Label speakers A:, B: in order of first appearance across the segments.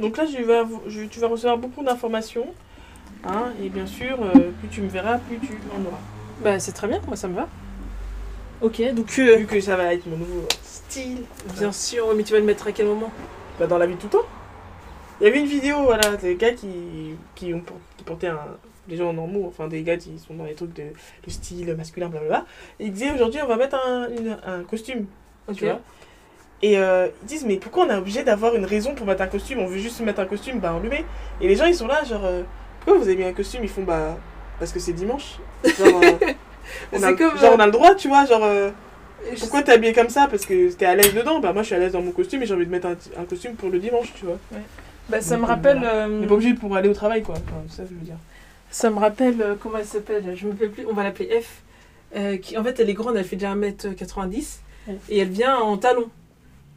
A: Donc là, je vais avou- je- tu vas recevoir beaucoup d'informations. hein, et bien sûr, euh, plus tu me verras, plus tu en auras.
B: Bah, c'est très bien, moi ça me va. Ok, donc. euh,
A: Vu que ça va être mon nouveau style.
B: bien sûr, ouais, mais tu vas le mettre à quel moment
A: Bah, dans la vie de tout le temps. Il y avait une vidéo, voilà, des gars qui, qui, ont, por- qui portaient un. Des gens normaux, enfin des gars qui sont dans les trucs de, de style masculin, blablabla. Et ils disaient aujourd'hui, on va mettre un, une- un costume.
B: Ok.
A: Tu vois Et euh, ils disent, mais pourquoi on est obligé d'avoir une raison pour mettre un costume On veut juste mettre un costume, bah on le met. Et les gens, ils sont là, genre, euh, pourquoi vous avez mis un costume Ils font, bah, parce que c'est dimanche. Genre, euh, on, a,
B: C'est comme,
A: genre
B: euh,
A: on a le droit, tu vois, genre, euh,
B: Et je-
A: pourquoi t'es habillé comme ça Parce que t'es à l'aise dedans. Bah, moi, je suis à l'aise dans mon costume et j'ai envie de mettre un, un costume pour le dimanche, tu vois.
B: Bah, ça me rappelle.
A: On
B: euh,
A: n'est pas obligé pour aller au travail, quoi. Enfin, ça, je veux dire.
B: Ça me rappelle, euh, comment elle s'appelle Je me fais plus, on va l'appeler F. euh, qui, en fait, elle est grande, elle fait déjà 1m90
A: Ouais.
B: et elle vient en talons.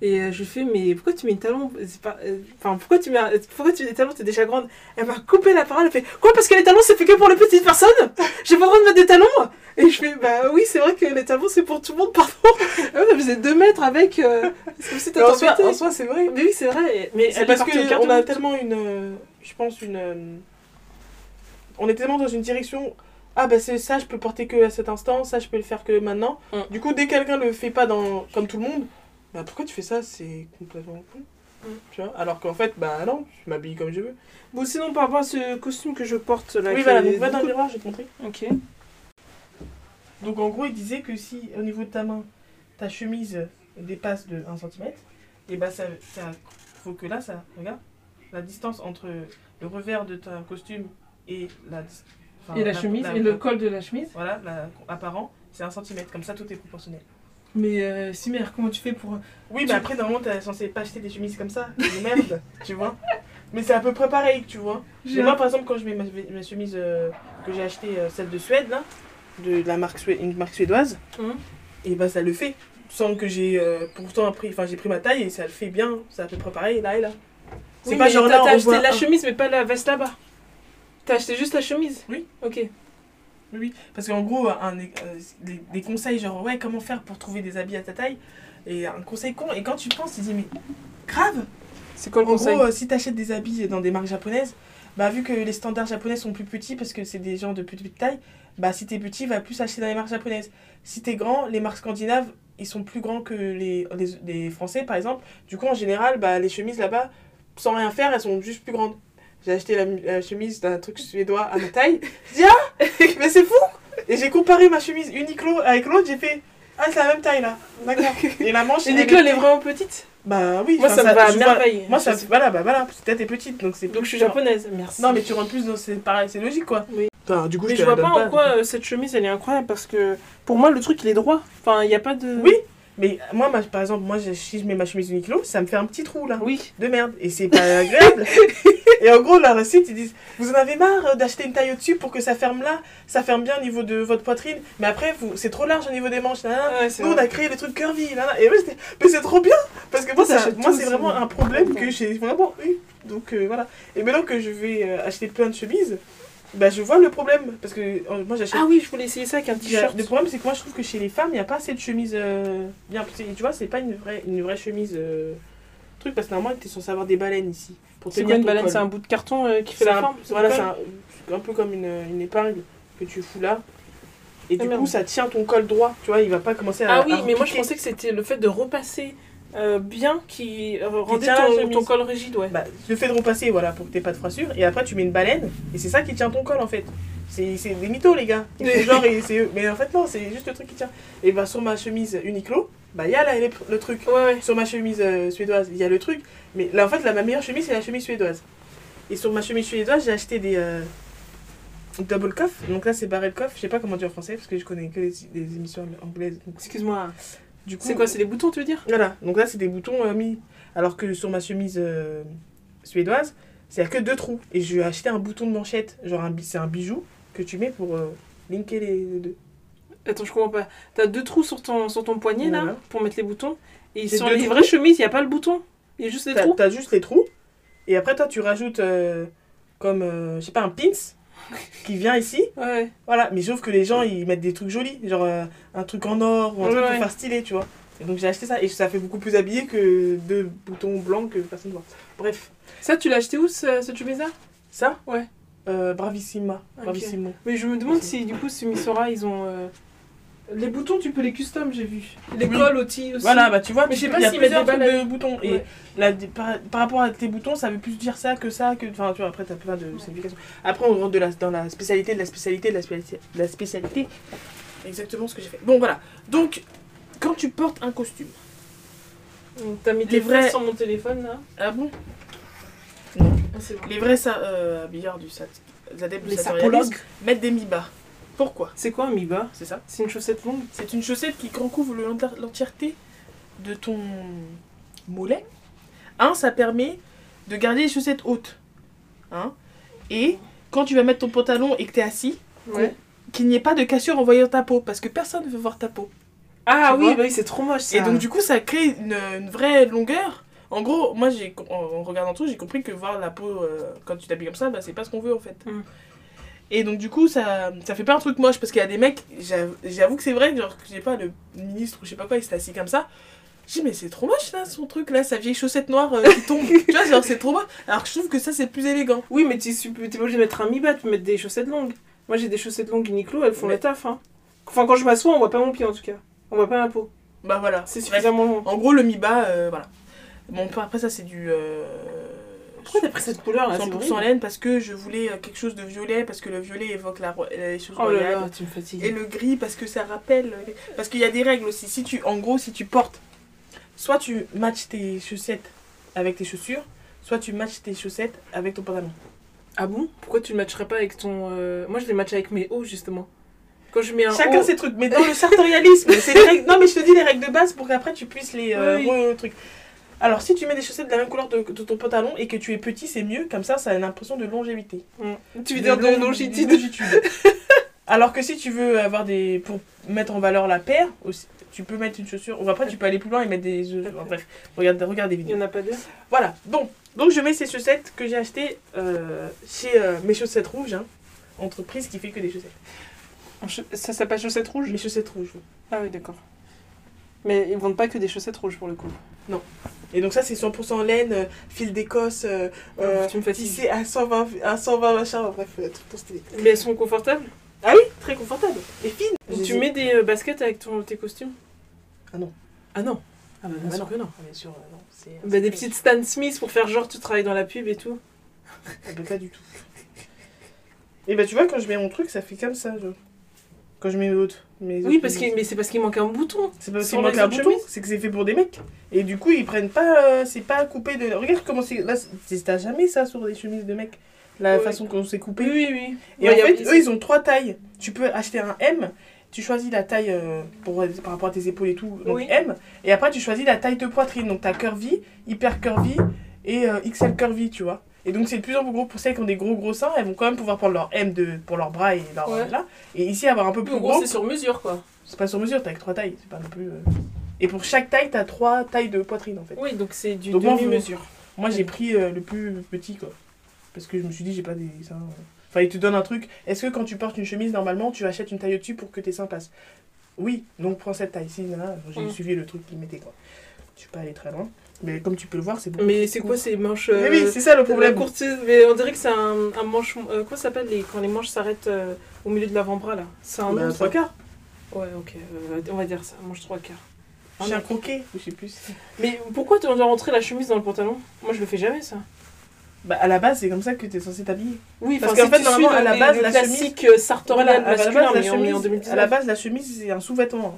B: Et euh, je lui fais, mais pourquoi tu mets une talon C'est pas- euh, Enfin, pourquoi tu mets, un- pourquoi tu mets des talons T'es déjà grande. Elle m'a coupé la parole. Elle fait, quoi Parce que les talons, c'est fait que pour les petites personnes J'ai pas le droit de mettre des talons Et je fais, bah oui, c'est vrai que les talons, c'est pour tout le monde, pardon. Ah Elle me faisait 2 mètres avec. euh, c'est comme si
A: Mais en
B: t'as
A: soi, en
B: embêté.
A: soi, c'est vrai.
B: Mais oui, c'est vrai. Mais
A: C'est
B: elle
A: parce
B: est partie au quart
A: qu'on
B: de
A: a
B: minute.
A: tellement une. euh, Je pense une. euh, on est tellement dans une direction. Ah bah c'est ça, je peux le porter que à cet instant, ça je peux le faire que maintenant.
B: Mm.
A: Du coup, dès que quelqu'un le fait pas dans comme tout le monde, bah pourquoi tu fais ça C'est complètement con.
B: Mm.
A: Tu vois Alors qu'en fait, bah non, je m'habille comme je veux.
B: Bon, sinon, par rapport à ce costume que je porte là.
A: oui,
B: qui
A: voilà,
B: est
A: donc euh, va dans le
B: beaucoup-
A: miroir, j'ai compris.
B: Ok.
A: Donc en gros, il disait que si au niveau de ta main, ta chemise dépasse de 1 cm, et bah ça, ça faut que là ça regarde la distance entre le revers de ton costume et la dis- enfin,
B: Et la chemise,
A: la-
B: et le col de la chemise.
A: voilà, la- apparent, c'est 1 cm comme ça tout est proportionnel.
B: Mais euh, si mère, comment tu fais pour...
A: Oui,
B: Tu-
A: mais après normalement t'es censé pas acheter des chemises comme ça, de merde, tu vois. Mais c'est à peu près pareil, tu vois.
B: J'ai
A: Mais moi, par exemple, quand je mets ma, ma chemise euh, que j'ai achetée, euh, celle de Suède, là, de la marque Sué- une marque suédoise,
B: Mhm.
A: et bah ça le fait. Sans que j'ai euh, pourtant appris, enfin j'ai pris ma taille et ça le fait bien, c'est à peu près pareil, là et là.
B: C'est pas genre
A: là,
B: T'as
A: on
B: acheté
A: voit
B: la
A: un-
B: chemise, mais pas la veste là-bas. T'as acheté juste la chemise
A: Oui.
B: Ok.
A: Parce qu'en gros, un, euh, des, des conseils genre, ouais, comment faire pour trouver des habits à ta taille, et un conseil con, et quand tu penses, tu dis, mais grave,
B: C'est quoi le
A: En
B: conseil
A: gros, euh, si t'achètes des habits dans des marques japonaises, bah vu que les standards japonais sont plus petits parce que c'est des gens de plus petite taille, bah si t'es petit, va plus acheter dans les marques japonaises. Si t'es grand, les marques scandinaves, ils sont plus grands que les, les, les français par exemple. Du coup, en général, bah les chemises là-bas, sans rien faire, elles sont juste plus grandes. J'ai acheté la, la chemise d'un truc suédois à ma taille. J'ai dit, ah, mais c'est fou Et j'ai comparé ma chemise Uniqlo avec l'autre, j'ai fait, ah, c'est la même taille là. D'accord. Et la manche,
B: Et
A: elle
B: Nicolas,
A: est-
B: elle est vraiment petite
A: Bah oui,
B: Moi,
A: enfin,
B: ça me va à
A: je vois-
B: merveille.
A: moi, ça,
B: Je sais-
A: voilà, bah voilà, parce que toi, t'es petite, donc c'est.
B: Donc je suis japonaise, merci.
A: Non, mais tu rentres plus dans. C'est pareil, c'est logique quoi.
B: Oui.
A: Enfin, du coup,
B: Mais
A: te
B: je vois
A: la
B: pas
A: donne
B: en quoi euh, cette chemise, elle est incroyable, parce que pour moi, le truc, il est droit. Enfin, il n'y a pas de...
A: Oui. Mais euh, moi, ma- par exemple, moi, je- si je mets ma chemise Uniqlo, ça me fait un petit trou là.
B: Oui.
A: De merde. Et c'est pas agréable. et en gros, là, le site, ils disent Vous en avez marre euh, d'acheter une taille au-dessus pour que ça ferme là Ça ferme bien au niveau de votre poitrine. Mais après, vous, c'est trop large au niveau des manches. nanana.
B: Ouais, c'est
A: Nous, on
B: vrai.
A: a créé le truc curvy. nanana. Et moi, j'étais, mais c'est trop bien Parce que moi,
B: Toi,
A: ça-
B: t'achètes
A: moi
B: tout
A: c'est
B: aussi.
A: vraiment un problème que j'ai vraiment eu. Donc euh, voilà. Et maintenant que je vais euh, acheter plein de chemises, bah, je vois le problème. Parce que euh, moi, j'achète.
B: Ah oui, je voulais essayer ça avec un
A: Il y a-
B: t-shirt.
A: Le problème, c'est que moi, je trouve que chez les femmes, il n'y a pas assez de chemises euh, bien poussées. Et Tu vois, c'est pas une vraie, une vraie chemise euh, truc, parce que normalement, tu es censé avoir des baleines ici. Pour
B: C'est
A: tenir
B: quoi une
A: ton
B: baleine
A: col.
B: C'est un bout de carton euh, qui fait
A: C'est
B: la
A: un-
B: forme
A: Voilà,
B: Ouais.
A: c'est un, un peu comme une, une épingle que tu fous là. Et du
B: Ah, merde.
A: coup, ça tient ton col droit, tu vois, il va pas commencer à.
B: Ah oui,
A: euh, à
B: mais moi je
A: repiquer.
B: pensais que c'était le fait de repasser euh, bien qui euh, rendait
A: tient la
B: ton,
A: chemise.
B: ton col rigide, ouais.
A: Bah, le fait de repasser, voilà, pour que t'aies pas de fraissure, et après tu mets une baleine, et c'est ça qui tient ton col en fait. C'est c'est des mythos, les gars. Ils font genre, et c'est- mais en fait, non, c'est juste le truc qui tient. Et bah, sur ma chemise Uniqlo, bah, il y a là, le truc.
B: Ouais, ouais.
A: Sur ma chemise euh, suédoise, il y a le truc. Mais là, en fait, la, ma meilleure chemise, c'est la chemise suédoise. Et sur ma chemise suédoise, j'ai acheté des euh, double cuff. Donc là, c'est barré le coff. Je sais pas comment dire en français parce que je connais que les, les émissions anglaises. Donc,
B: Excuse-moi.
A: du coup,
B: C'est quoi C'est des boutons, tu veux dire
A: Voilà. Donc là, c'est des boutons euh, mis. Alors que sur ma chemise euh, suédoise, c'est à que deux trous. Et j'ai acheté un bouton de manchette. Genre, un, bi- c'est un bijou que tu mets pour euh, linker les, les deux.
B: Attends, je comprends pas. T'as deux trous sur ton, sur ton poignet là
A: Voilà.
B: pour mettre les boutons. Et
A: C'est
B: sur
A: deux
B: les
A: trous.
B: vraies chemises, il n'y a pas le bouton. Il y a juste des
A: T'as-
B: trous.
A: T'as juste les trous. Et après, toi, tu rajoutes euh, comme, euh, je sais pas, un pins qui vient ici.
B: Ouais.
A: Voilà, mais sauf que les gens ils mettent des trucs jolis, genre euh, un truc en or ou un
B: Ouais,
A: truc
B: ouais.
A: pour faire stylé, tu vois. Et donc j'ai acheté ça et ça fait beaucoup plus habillé que deux boutons blancs que personne ne voit. Bref,
B: Ça, tu l'as acheté où, ce, ce Chubeza
A: ça
B: Ouais.
A: euh, Bravissima.
B: Ok.
A: Bravissimo.
B: Mais je me demande si, du coup, ce Misora, ils ont... euh, Les boutons, tu peux les custom, j'ai vu. Les
A: Oui.
B: cols aussi. aussi.
A: Voilà, bah tu vois,
B: Mais je sais
A: tu-
B: pas
A: il y a
B: s'ils mettent
A: plusieurs
B: des
A: types
B: balles
A: de boutons. Et
B: Ouais.
A: la, par, par rapport à tes boutons, ça veut plus dire ça que ça. que Enfin, tu vois, après, t'as plein de significations. Après, on rentre de la, dans la spécialité, de la spécialité, de la spécialité, de la spécialité. Exactement ce que j'ai fait. Bon, voilà. Donc, quand tu portes un costume.
B: Donc, T'as mis
A: Les
B: tes
A: vrais-
B: vrais sur mon téléphone, là.
A: Ah bon
B: Ah, c'est bon.
A: Les vrais ça, euh, billards du sat. Les adeptes du
B: Les
A: satorialisme
B: sapologues.
A: mettent des mi-bas. Pourquoi
B: C'est quoi un mi-bas
A: C'est ça
B: C'est une chaussette longue
A: C'est une chaussette qui recouvre le- l'entièreté de ton mollet. Un, ça permet de garder les chaussettes hautes. Hein et quand tu vas mettre ton pantalon et que t'es assis, Ouais. qu'il n'y ait pas de cassure en voyant ta peau, parce que personne ne veut voir ta peau.
B: Ah
A: Tu vois
B: oui, bah oui, c'est trop moche ça.
A: Et donc du coup, ça crée une, une vraie longueur. En gros, moi, j'ai en, en regardant tout, j'ai compris que voir la peau euh, quand tu t'habilles comme ça, bah, c'est pas ce qu'on veut en fait.
B: Mm.
A: Et donc du coup, ça, ça fait pas un truc moche parce qu'il y a des mecs, j'av- j'avoue que c'est vrai, genre que j'ai pas le ministre ou je sais pas quoi, il s'est assis comme ça. Je dis mais c'est trop moche là, son truc là, sa vieille chaussette noire euh, qui tombe. tu vois, genre c'est trop moche. Alors que je trouve que ça c'est plus élégant.
B: Oui, mais tu tu peux- t'es pas obligé de mettre un mi-bas, tu peux mettre des chaussettes longues. Moi j'ai des chaussettes longues Uniqlo, elles font
A: Mais-
B: le taf. Hein. Enfin, quand je m'assois, on voit pas mon pied en tout cas. On voit pas ma peau.
A: Bah voilà.
B: C'est
A: Bref.
B: suffisamment long.
A: En gros, le mi-bas, euh, voilà. Bon, après ça c'est du. euh,
B: Pourquoi t'as pris cette couleur là Ah, c'est
A: 100%
B: horrible.
A: laine parce que je voulais euh, quelque chose de violet parce que le violet évoque la, roi- les choses
B: Oh là
A: royales.
B: là, tu me fatigues.
A: Et le gris parce que ça rappelle. euh, Parce qu'il y a des règles aussi. Si tu, en gros, si tu portes, soit tu matches tes chaussettes avec tes chaussures, soit tu matches tes chaussettes avec ton pantalon.
B: Ah bon Pourquoi tu le matcherais pas avec ton. euh, Moi je les matche avec mes hauts justement. Quand je mets un
A: Chacun
B: haut-
A: ses trucs. Mais dans le sartorialisme, c'est les règles. Non, mais je te dis les règles de base pour qu'après tu puisses les euh,
B: Oui.
A: re- trucs. Alors, si tu mets des chaussettes de la même couleur de, de ton pantalon et que tu es petit, c'est mieux. Comme ça, ça a l'impression de longévité.
B: Mm. Tu veux dire de
A: long- de
B: longitude
A: longitude. Alors que si tu veux avoir des. pour mettre en valeur la paire, aussi, tu peux mettre une chaussure. Ou après, tu peux aller plus loin et mettre des. euh, enfin, bref, regarde, regarde des
B: Il y
A: vidéos.
B: en a pas deux.
A: Voilà, bon. Donc, je mets ces chaussettes que j'ai achetées euh, chez euh, mes chaussettes rouges, hein, entreprise qui fait que des chaussettes.
B: En cha- Ça s'appelle chaussettes rouges
A: Mes chaussettes rouges. oui.
B: Ah oui, d'accord. Mais ils vendent pas que des chaussettes rouges pour le coup.
A: Et donc, ça, c'est 100% laine, euh, fil d'Écosse, euh, euh,
B: Ah, tu me fatigues.
A: tissé à 120, à 120 machin, bref, euh, tout pour stylé.
B: Mais elles sont confortables
A: Ah oui, très confortable et fine.
B: Tu mets des euh, baskets avec ton, tes costumes
A: Ah non.
B: Ah non Ah bah, bien
A: Ah
B: sûr que non.
A: Bien sûr, euh, non, c'est.
B: Bah, des petites Stan Smith pour faire genre tu travailles dans la pub et tout.
A: Ah bah, pas du tout. Et bah tu vois, quand je mets mon truc, ça fait comme ça. genre. Quand je mets l'autre. mes
B: Oui,
A: autres
B: parce
A: chemises.
B: que, mais c'est parce qu'il manque un bouton.
A: C'est pas parce
B: sans
A: qu'il manque
B: les
A: un
B: autres
A: bouton,
B: chemises.
A: c'est que c'est fait pour des mecs. Et du coup, ils prennent pas. euh, c'est pas coupé de. Regarde comment c'est. Là, c'est- t'as jamais ça sur des chemises de mecs. La
B: Ouais.
A: façon qu'on s'est coupé.
B: Oui, oui, oui.
A: Et
B: Ouais,
A: en
B: y a-
A: fait, eux, ils ont trois tailles. Tu peux acheter un M, tu choisis la taille euh, pour, par rapport à tes épaules et tout, donc
B: Oui.
A: M. Et après, tu choisis la taille de poitrine. Donc, t'as curvy, hyper curvy et euh, XL curvy, tu vois. Et donc, c'est de plus en plus gros pour celles qui ont des gros gros seins. Elles vont quand même pouvoir prendre leur M de, pour leurs bras et leur.
B: Ouais.
A: Là. Et ici, avoir un peu plus
B: En
A: gros.
B: gros, c'est sur mesure quoi.
A: C'est pas sur mesure, t'as avec trois tailles. C'est pas non plus. euh. Et pour chaque taille, t'as trois tailles de poitrine, en fait.
B: Oui, donc c'est du
A: Donc, moi,
B: demi-mesure.
A: Moi, j'ai pris euh, le plus petit, quoi. Parce que je me suis dit, j'ai pas des seins. euh. Enfin, il te donne un truc. Est-ce que quand tu portes une chemise, normalement, tu achètes une taille au-dessus pour que tes seins passent Oui, donc prends cette taille. Si, nanana, j'ai
B: Mm.
A: suivi le truc qu'il mettait, quoi. Je suis pas allée très loin. Mais comme tu peux le voir, c'est bon.
B: Mais c'est quoi ces manches euh,
A: Mais oui, c'est ça le problème.
B: courte, mais on dirait que c'est un, un manche. euh, quoi ça s'appelle les, quand les manches s'arrêtent euh, au milieu de l'avant-bras là C'est un
A: Bah,
B: nom,
A: trois
B: ça
A: quarts.
B: Ouais, ok. euh, on va dire ça, manche trois quarts. Ah,
A: J'ai un
B: non.
A: croquet, ou je sais plus.
B: Mais pourquoi tu dois rentrer la chemise dans le pantalon Moi je le fais jamais ça.
A: Bah, à la base, c'est comme ça que t'es censé t'habiller.
B: Oui,
A: Parce
B: enfin,
A: qu'en
B: si
A: fait,
B: tu
A: normalement,
B: suis
A: à la
B: le-
A: base,
B: le
A: la chemise-
B: classique euh, sartorial
A: Voilà, à la
B: masculin,
A: base, la
B: mais on est en
A: chemise-
B: 2019.
A: à la base, la chemise, c'est un sous-vêtement.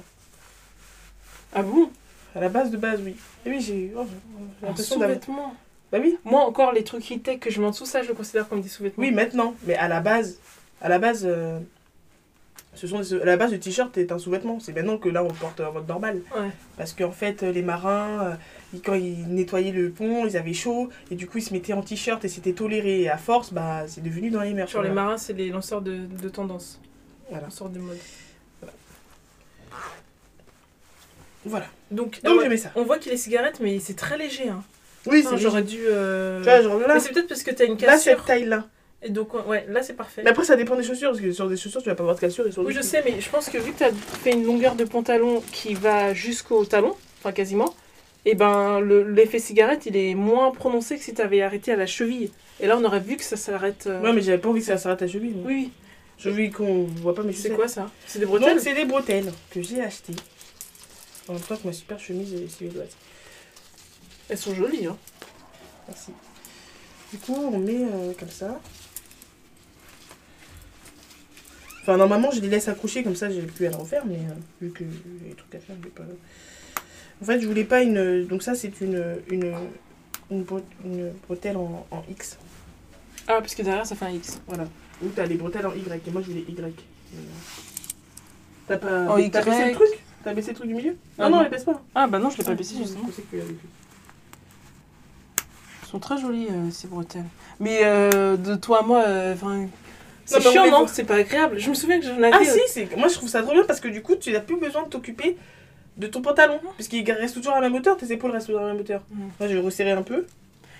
B: Ah bon
A: À la base de base, oui. Et oui, j'ai oh, j'ai
B: Un
A: l'impression d'avoir.
B: sous-vêtement
A: Bah oui.
B: Moi encore, les trucs high-tech que je mets en dessous, ça je le considère comme des sous-vêtements.
A: Oui, maintenant. Mais à la base, à la base, euh, ce sont des- à la base le t-shirt est un sous-vêtement. C'est maintenant que là on porte un mode normal.
B: Ouais.
A: Parce qu'en fait, les marins, euh, ils- quand ils nettoyaient le pont, ils avaient chaud et du coup ils se mettaient en t-shirt et c'était toléré. Et à force, bah c'est devenu dans les mers.
B: Genre les
A: Voilà.
B: marins, c'est les lanceurs de, de tendance,
A: Voilà.
B: lanceurs de mode.
A: Voilà.
B: Donc,
A: Donc
B: ah ouais,
A: je mets ça.
B: on voit qu'il est cigarette, mais c'est très léger. Hein.
A: Oui,
B: Putain,
A: c'est genre.
B: J'aurais dû. euh,
A: Tu vois, genre là,
B: mais c'est peut-être parce que t'as une
A: là cette
B: cassure.
A: taille-là.
B: et donc, ouais, là c'est parfait.
A: Mais après, ça dépend des chaussures parce que sur des chaussures, tu vas pas avoir de cassure. Et sur
B: Oui,
A: des-
B: je sais, mais je pense que vu que t'as fait une longueur de pantalon qui va jusqu'au talon, enfin quasiment, et ben le- l'effet cigarette il est moins prononcé que si t'avais arrêté à la cheville. Et là on aurait vu que ça s'arrête. euh,
A: Ouais, mais j'avais pas envie que ça s'arrête à cheville. moi.
B: Oui,
A: Cheville qu'on voit pas, mais
B: oui. C'est quoi ça C'est des bretelles
A: Donc, c'est des bretelles que j'ai achetées. En même temps que ma super chemise est suédoise.
B: Elles sont jolies. Hein.
A: Merci. Du coup, on met euh, comme ça. Enfin, normalement, je les laisse accrocher comme ça, j'ai plus à le refaire, mais euh, vu que j'ai des trucs à faire, je vais pas. En fait, je voulais pas une. Donc, ça, c'est une, une, une, bre- une bretelle en, en X.
B: Ah, parce que derrière ça fait un X.
A: Voilà. Ou t'as les bretelles en Y, et moi, je voulais Y. Mais, euh, T'as pas.
B: En
A: T'as baissé
B: Y.
A: le truc T'as baissé le truc du milieu
B: Ah
A: Non, non,
B: non.
A: elle baisse pas.
B: Ah bah non, je l'ai pas
A: Ah,
B: baissé
A: je
B: justement.
A: pensais qu'il y avait plus.
B: Elles sont très jolies euh, ces bretelles. Mais euh, de toi à moi, euh, enfin. c'est
A: mais on
B: chiant,
A: les
B: non
A: voit.
B: C'est pas agréable. Je me souviens que j'en avais.
A: Ah
B: euh,
A: si, c'est moi je trouve ça trop bien parce que du coup tu n'as plus besoin de t'occuper de ton pantalon
B: Mhm.
A: puisqu'il reste toujours à la même hauteur, tes épaules restent toujours à la même hauteur.
B: Mm.
A: Moi je vais resserrer un peu.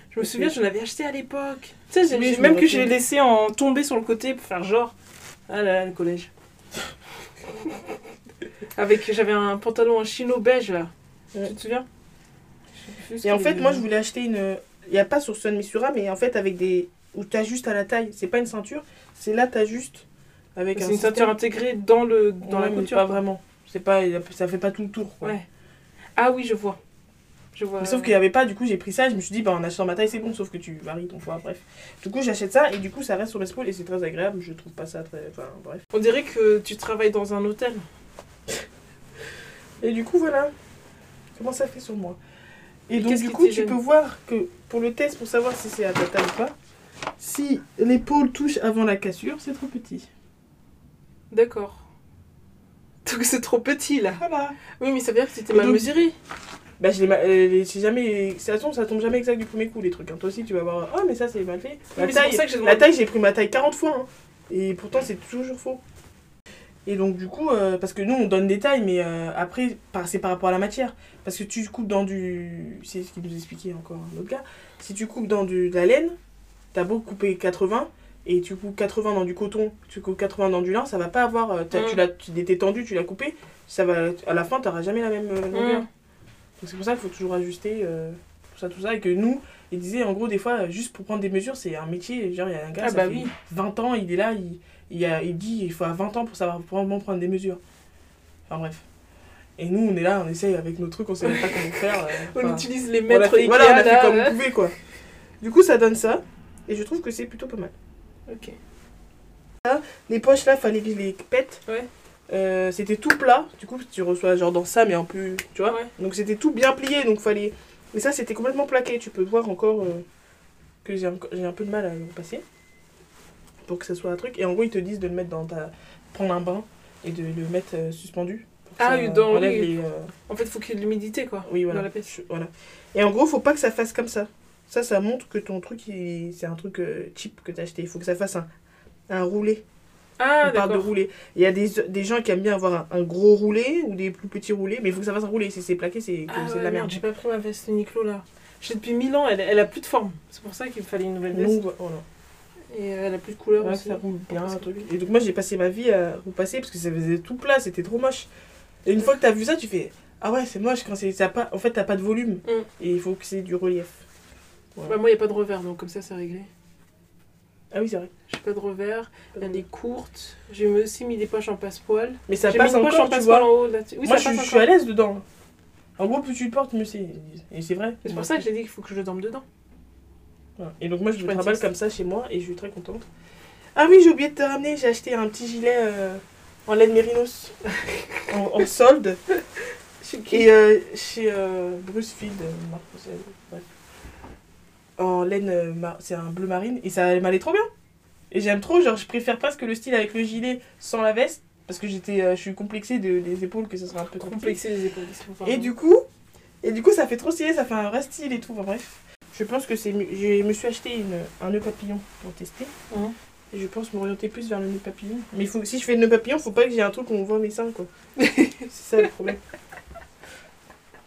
B: Je me souviens, j'en avais acheté à l'époque. Tu sais, j'ai-
A: Oui,
B: j'ai-
A: je me
B: même que j'ai
A: rappelle.
B: laissé en tomber sur le côté pour faire genre. Ah là là, le collège. Avec, j'avais un pantalon en chino beige là.
A: Ouais.
B: Tu te souviens
A: Et en fait moi je voulais acheter une, il y a pas sur Sun Misura mais en fait avec des où t'as juste à la taille, c'est pas une ceinture, c'est là t'as juste avec
B: C'est
A: un
B: une ceinture
A: système.
B: intégrée dans, le, dans
A: Ouais,
B: la
A: mais
B: couture.
A: pas
B: quoi.
A: vraiment. C'est pas, ça fait pas tout le tour. Quoi.
B: Ouais. Ah oui, je vois. Je vois.
A: Mais Sauf qu'il n'y avait pas, du coup j'ai pris ça, je me suis dit bah en achetant ma taille c'est bon, sauf que tu varies ton poids, bref. Du coup j'achète ça et du coup ça reste sur mes épaules et c'est très agréable, je trouve pas ça très, enfin bref.
B: On dirait que tu travailles dans un hôtel.
A: Et du coup, voilà comment ça fait sur moi. Et
B: Et
A: donc,
B: qu'est-ce
A: du
B: qui
A: coup,
B: t'est
A: tu
B: gêné
A: peux voir que pour le test, pour savoir si c'est à ta taille ou pas, si l'épaule touche avant la cassure, c'est trop petit.
B: D'accord. Donc c'est trop petit là.
A: Voilà.
B: Oui, mais ça veut dire que c'était
A: Et
B: mal
A: donc-
B: mesuré.
A: Bah, je l'ai ma- euh, les- j'ai jamais. Ça tombe, ça tombe jamais exact du premier coup, les trucs. hein. Toi aussi, tu vas voir. Oh, mais ça, c'est mal fait. La
B: mais c'est pour
A: taille,
B: ça que j'ai
A: la
B: demandé.
A: taille, j'ai pris ma taille 40 fois. hein. Et pourtant, c'est toujours faux. Et donc, du coup, euh, parce que nous, on donne des tailles, mais euh, après, par, c'est par rapport à la matière. Parce que tu coupes dans du. C'est ce qu'il nous expliquait encore un autre gars. Si tu coupes dans du, de la laine, t'as beau couper 80, et tu coupes 80 dans du coton, tu coupes 80 dans du lin, ça va pas avoir. euh, t'as-
B: Mm.
A: Tu l'as tu- t'es tendu, tu l'as coupé, ça va, à la fin, t'auras jamais la même euh, longueur.
B: Mm.
A: Donc c'est pour ça qu'il faut toujours ajuster euh, tout ça, tout ça. Et que nous, il disait en gros, des fois, euh, juste pour prendre des mesures, c'est un métier. Genre, il y a un gars,
B: Ah
A: ça
B: bah
A: fait
B: oui.
A: 20 ans, il est là, il, il, a- il dit il faut à 20 ans pour savoir vraiment prendre des mesures. Enfin bref. Et nous, on est là, on essaye avec nos trucs, on sait même pas comment faire. euh,
B: On
A: enfin,
B: utilise les
A: on a
B: maîtres
A: fait,
B: Ikea,
A: voilà, on a fait
B: là, euh.
A: comme
B: là.
A: on pouvait, quoi. Du coup, ça donne ça. Et je trouve que c'est plutôt pas mal.
B: Ok.
A: Les poches là, fallait que je les pète.
B: Ouais.
A: Euh, c'était tout plat, du coup tu reçois genre dans ça mais un peu, tu vois.
B: Ouais.
A: Donc c'était tout bien plié, donc fallait. Mais ça c'était complètement plaqué, tu peux voir encore euh, que j'ai un, j'ai un peu de mal à le passer pour que ça soit un truc. Et en gros ils te disent de le mettre dans ta, prendre un bain et de le mettre euh, suspendu. pour que
B: Ah,
A: ça
B: oui, dans-
A: enlève
B: oui.
A: les, euh,
B: En fait, faut qu'il y ait de l'humidité, quoi.
A: oui voilà.
B: Dans la pièce.
A: Je- voilà. Et en gros faut pas que ça fasse comme ça. Ça ça montre que ton truc il- c'est un truc euh, cheap que t'as acheté. Il faut que ça fasse un, un roulé
B: Ah,
A: on parle de
B: d'accord.
A: roulé. Il y a des, des gens qui aiment bien avoir un, un gros roulé ou des plus petits roulés, mais il faut que ça fasse un roulé. Si c'est plaqué, c'est que
B: Ah,
A: c'est
B: ouais,
A: de la
B: merde,
A: merde.
B: j'ai pas pris ma veste Uniqlo là. J'ai depuis 1000 ans, elle, elle a plus de forme. C'est pour ça qu'il me fallait une nouvelle veste.
A: Nous, voilà.
B: Et euh, elle a plus de couleur
A: Ouais,
B: aussi.
A: ça roule bien,
B: Parce
A: un
B: que-
A: truc. Et donc, moi, j'ai passé ma vie à repasser parce que ça faisait tout plat, c'était trop moche. Et une fois que t'as vu ça, tu fais Ah ouais, c'est moche quand c'est. ça a Pas, en fait, t'as pas de volume
B: Mm.
A: et il faut que c'est du relief.
B: Bah, moi, il n'y a pas de revers, donc comme ça, c'est réglé.
A: Ah oui, c'est vrai.
B: J'ai pas de revers, elle est courte. J'ai aussi mis des poches en passe-poil.
A: Mais ça
B: J'ai
A: passe
B: mis une poche
A: encore,
B: en
A: tu
B: passe-poil en
A: vois.
B: haut là-dessus. Oui,
A: moi,
B: ça
A: je,
B: passe
A: je suis
B: encore.
A: à l'aise dedans. En gros, plus tu le portes, mieux c'est. Et c'est vrai.
B: C'est pour ça que j'ai dit qu'il faut que je dorme dedans.
A: Voilà. Et donc moi je
B: Je
A: me
B: pratique.
A: travaille comme ça chez moi et je suis très contente. Ah oui, j'ai oublié de te ramener, j'ai acheté un petit gilet euh, en laine mérinos en, en solde
B: Chez qui
A: et euh, chez euh, Bruce Field, euh, marque française, bref. En laine, euh, mar- c'est un bleu marine et ça m'allait trop bien. Et j'aime trop, genre je préfère presque le style avec le gilet sans la veste parce que j'étais, euh, je suis complexée de, des épaules que ça serait un peu trop petit.
B: Complexer les épaules. c'est pour ça.
A: Et du coup, et du coup, ça fait trop stylé, ça fait un vrai style et tout. Enfin, bref, je pense que c'est, mieux. je me suis acheté une, un nœud papillon pour tester.
B: Mhm.
A: Et je pense m'orienter plus vers le nœud papillon. Mais il faut, si je fais le nœud papillon, faut pas que j'ai un truc où on voit mes seins, quoi. c'est ça le problème.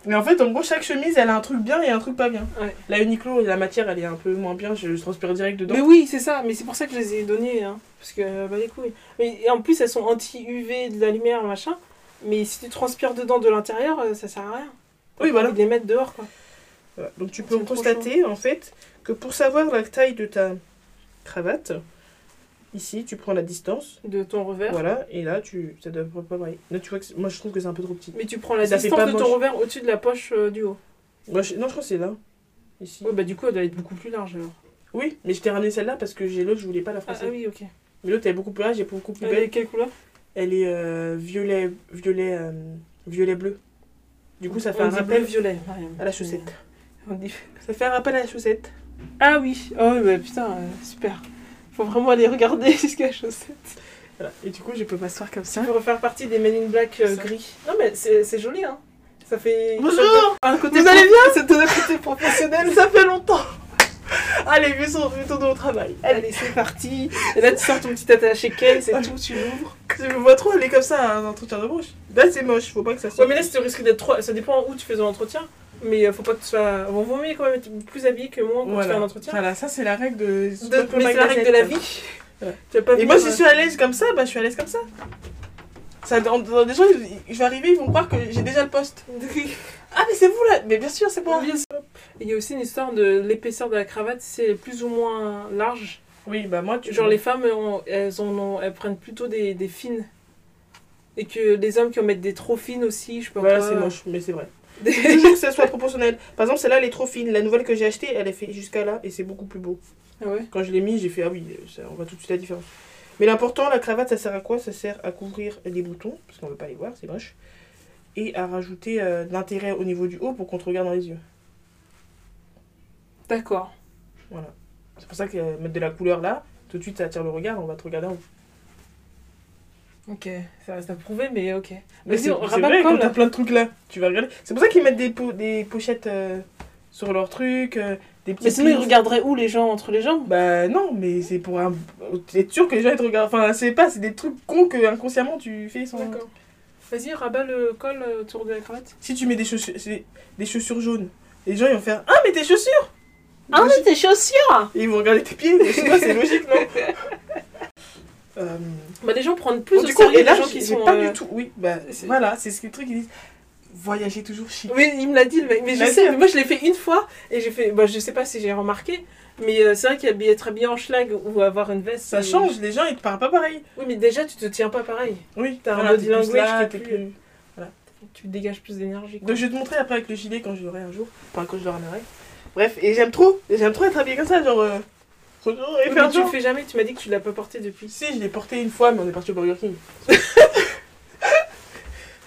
A: Mais en fait, en gros, chaque chemise, elle a un truc bien et un truc pas bien.
B: Ouais.
A: La Uniqlo, la matière, elle est un peu moins bien. Je, je transpire direct dedans.
B: Mais oui, c'est ça, mais c'est pour ça que je les ai donnés, hein. parce que euh, bah les couilles. Mais et en plus, elles sont anti-UV de la lumière, machin. Mais si tu transpires dedans de l'intérieur, euh, ça sert à rien.
A: Oui, voilà.
B: Ils les mettent dehors, quoi.
A: Voilà. Donc tu
B: Ah,
A: peux
B: c'est trop
A: constater en fait que pour savoir la taille de ta cravate, ici tu prends la distance,
B: De ton revers.
A: voilà, et là tu ça doit pas pareil. Là tu vois que c'est- moi je trouve que c'est un peu trop petit.
B: Mais tu prends la
A: Ça fait
B: distance
A: pas
B: de ton
A: moche.
B: revers au-dessus de la poche euh, du haut.
A: Moi, je- Non je crois que c'est là. Ici.
B: Ouais, bah du coup, elle doit être beaucoup plus large alors.
A: Oui, mais je t'ai ramené celle-là parce que j'ai l'autre, je voulais pas la
B: Ah,
A: froisser.
B: oui, Ah ok.
A: Mais l'autre elle est beaucoup plus large et beaucoup plus
B: Elle
A: belle.
B: est quelle couleur
A: Elle est euh, violet violet euh, violet bleu. Du coup ça fait
B: On
A: un
B: dit
A: rappel
B: bleu violet, Mariam.
A: à la chaussette.
B: On dit-
A: Ça fait un rappel à la chaussette.
B: Ah oui, oh oui, bah putain, euh, super. Faut vraiment aller regarder jusqu'à la chaussette.
A: Voilà. Et du coup je peux m'asseoir comme ça.
B: Tu pourrais faire partie des Men in Black euh,
A: Ça.
B: gris. Non mais c'est c'est joli, hein. Ça fait.
A: Bonjour
B: Un côté
A: Vous allez
B: bien C'est un côté professionnel.
A: Ça fait longtemps Allez, faisons- retournons au travail. Allez.
B: Allez, c'est parti. Et là, tu sors ton petit attaché case et tout, tu l'ouvres.
A: Je me vois trop aller comme ça à un entretien d'embauche. Là, c'est moche, faut pas que ça
B: Ouais,
A: soit.
B: mais là, c'est risque d'être trop. Ça dépend où tu fais ton entretien. Mais euh, faut pas que tu sois. Bon, vaut mieux quand même être plus habillé que moi quand tu
A: Voilà.
B: fais un entretien.
A: Voilà, ça, c'est la règle de.
B: De- mais c'est la règle de la vie.
A: Ouais.
B: Tu vas pas
A: Et
B: venir,
A: moi, si
B: euh,
A: je suis à l'aise comme ça, bah, je suis à l'aise comme ça. ça dans, dans des gens, ils- je vais arriver, ils vont croire que j'ai déjà le poste. Ah, mais c'est vous là Mais bien sûr, c'est moi
B: Bien sûr. Il y a aussi une histoire de l'épaisseur de la cravate, c'est plus ou moins large.
A: Oui, bah, moi, tu.
B: Genre les femmes, ont- elles, en ont- elles prennent plutôt des, des fines. Et que les hommes qui en mettent des trop fines aussi, je peux
A: Voilà,
B: pas.
A: c'est moche, mais c'est vrai.
B: Des-
A: Toujours que ça soit proportionnel. Par exemple, celle-là, elle est trop fine. La nouvelle que j'ai achetée, elle est faite jusqu'à là et c'est beaucoup plus beau.
B: Ah ouais.
A: Quand je l'ai mis, j'ai fait ah oui, ça, on voit tout de suite la différence. Mais l'important, la cravate, ça sert à quoi Ça sert à couvrir les boutons, parce qu'on ne veut pas les voir, c'est moche. Et à rajouter euh, de l'intérêt au niveau du haut pour qu'on te regarde dans les yeux.
B: D'accord.
A: Voilà. C'est pour ça que euh, mettre de la couleur là, tout de suite ça attire le regard, on va te regarder en haut.
B: Ok, ça reste à prouver, mais ok.
A: Mais
B: Vas-y,
A: c'est
B: on
A: c'est
B: rabat
A: vrai,
B: le
A: quand
B: col.
A: t'as plein de trucs là, tu vas regarder. C'est pour ça qu'ils mettent des, po- des pochettes euh, sur leurs trucs, euh, des petits.
B: Mais sinon, ils
A: pins.
B: regarderaient où les gens entre les jambes
A: Bah non, mais c'est pour un. Être sûr que les gens ils te regardent. Enfin, c'est pas, c'est des trucs cons que inconsciemment tu fais sans.
B: Vas-y, rabat le col euh, autour de la cravate.
A: Si tu mets des chaussures, c'est- des chaussures jaunes, les gens ils vont faire Ah, mais tes chaussures
B: Ah, mais tes chaussures
A: Et ils vont regarder tes pieds, mais c'est quoi, c'est logique, non Euh,
B: Bah, les gens prennent plus
A: bon,
B: au
A: du coup,
B: sérieux
A: et
B: les
A: là,
B: gens
A: j'ai-
B: qui
A: j'ai
B: sont.
A: pas
B: euh,
A: du tout. Oui, bah
B: c'est-
A: voilà, c'est ce que le truc, ils disent Voyagez toujours chic.
B: Oui, il me l'a dit le mec. Mais
A: Il
B: je
A: l'a
B: sais,
A: dit.
B: mais moi je l'ai fait une fois et j'ai fait. Bah, je sais pas si j'ai remarqué, mais euh, c'est vrai qu'être habillé en schlag ou avoir une veste.
A: Ça
B: c'est-
A: change, les gens ils te parlent pas pareil.
B: Oui, mais déjà tu te tiens pas pareil.
A: Oui,
B: T'as un
A: voilà,
B: body
A: t'es plus
B: language
A: là,
B: qui est
A: t'es
B: plus-
A: plus-
B: Tu dégages plus d'énergie. quoi.
A: Donc je vais te montrer après avec le gilet quand je l'aurai un jour. Enfin, quand je le ramènerai. Bref, et j'aime trop, et j'aime trop être habillée comme ça, genre. euh, Bonjour, et
B: Oui,
A: faire
B: mais tu le
A: genre.
B: fais jamais, tu m'as dit que tu l'as pas porté depuis.
A: Si, je l'ai porté une fois, mais on est parti au Burger King.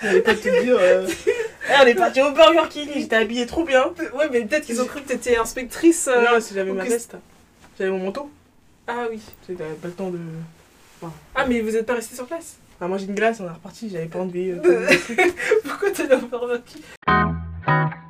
A: J'allais pas te dire. euh, Eh, on est parti au Burger King, j'étais habillée trop bien.
B: Ouais, mais peut-être qu'ils ont cru que t'étais inspectrice. euh,
A: Non, si j'avais
B: ou
A: ma
B: que-
A: veste. J'avais mon manteau.
B: Ah oui.
A: Tu sais, t'avais pas le temps de.
B: Ah, mais vous êtes pas resté sur place
A: On a
B: Euh, bah,
A: mangé une glace, on est reparti, j'avais pas envie. euh,
B: Pourquoi t'es là au Burger King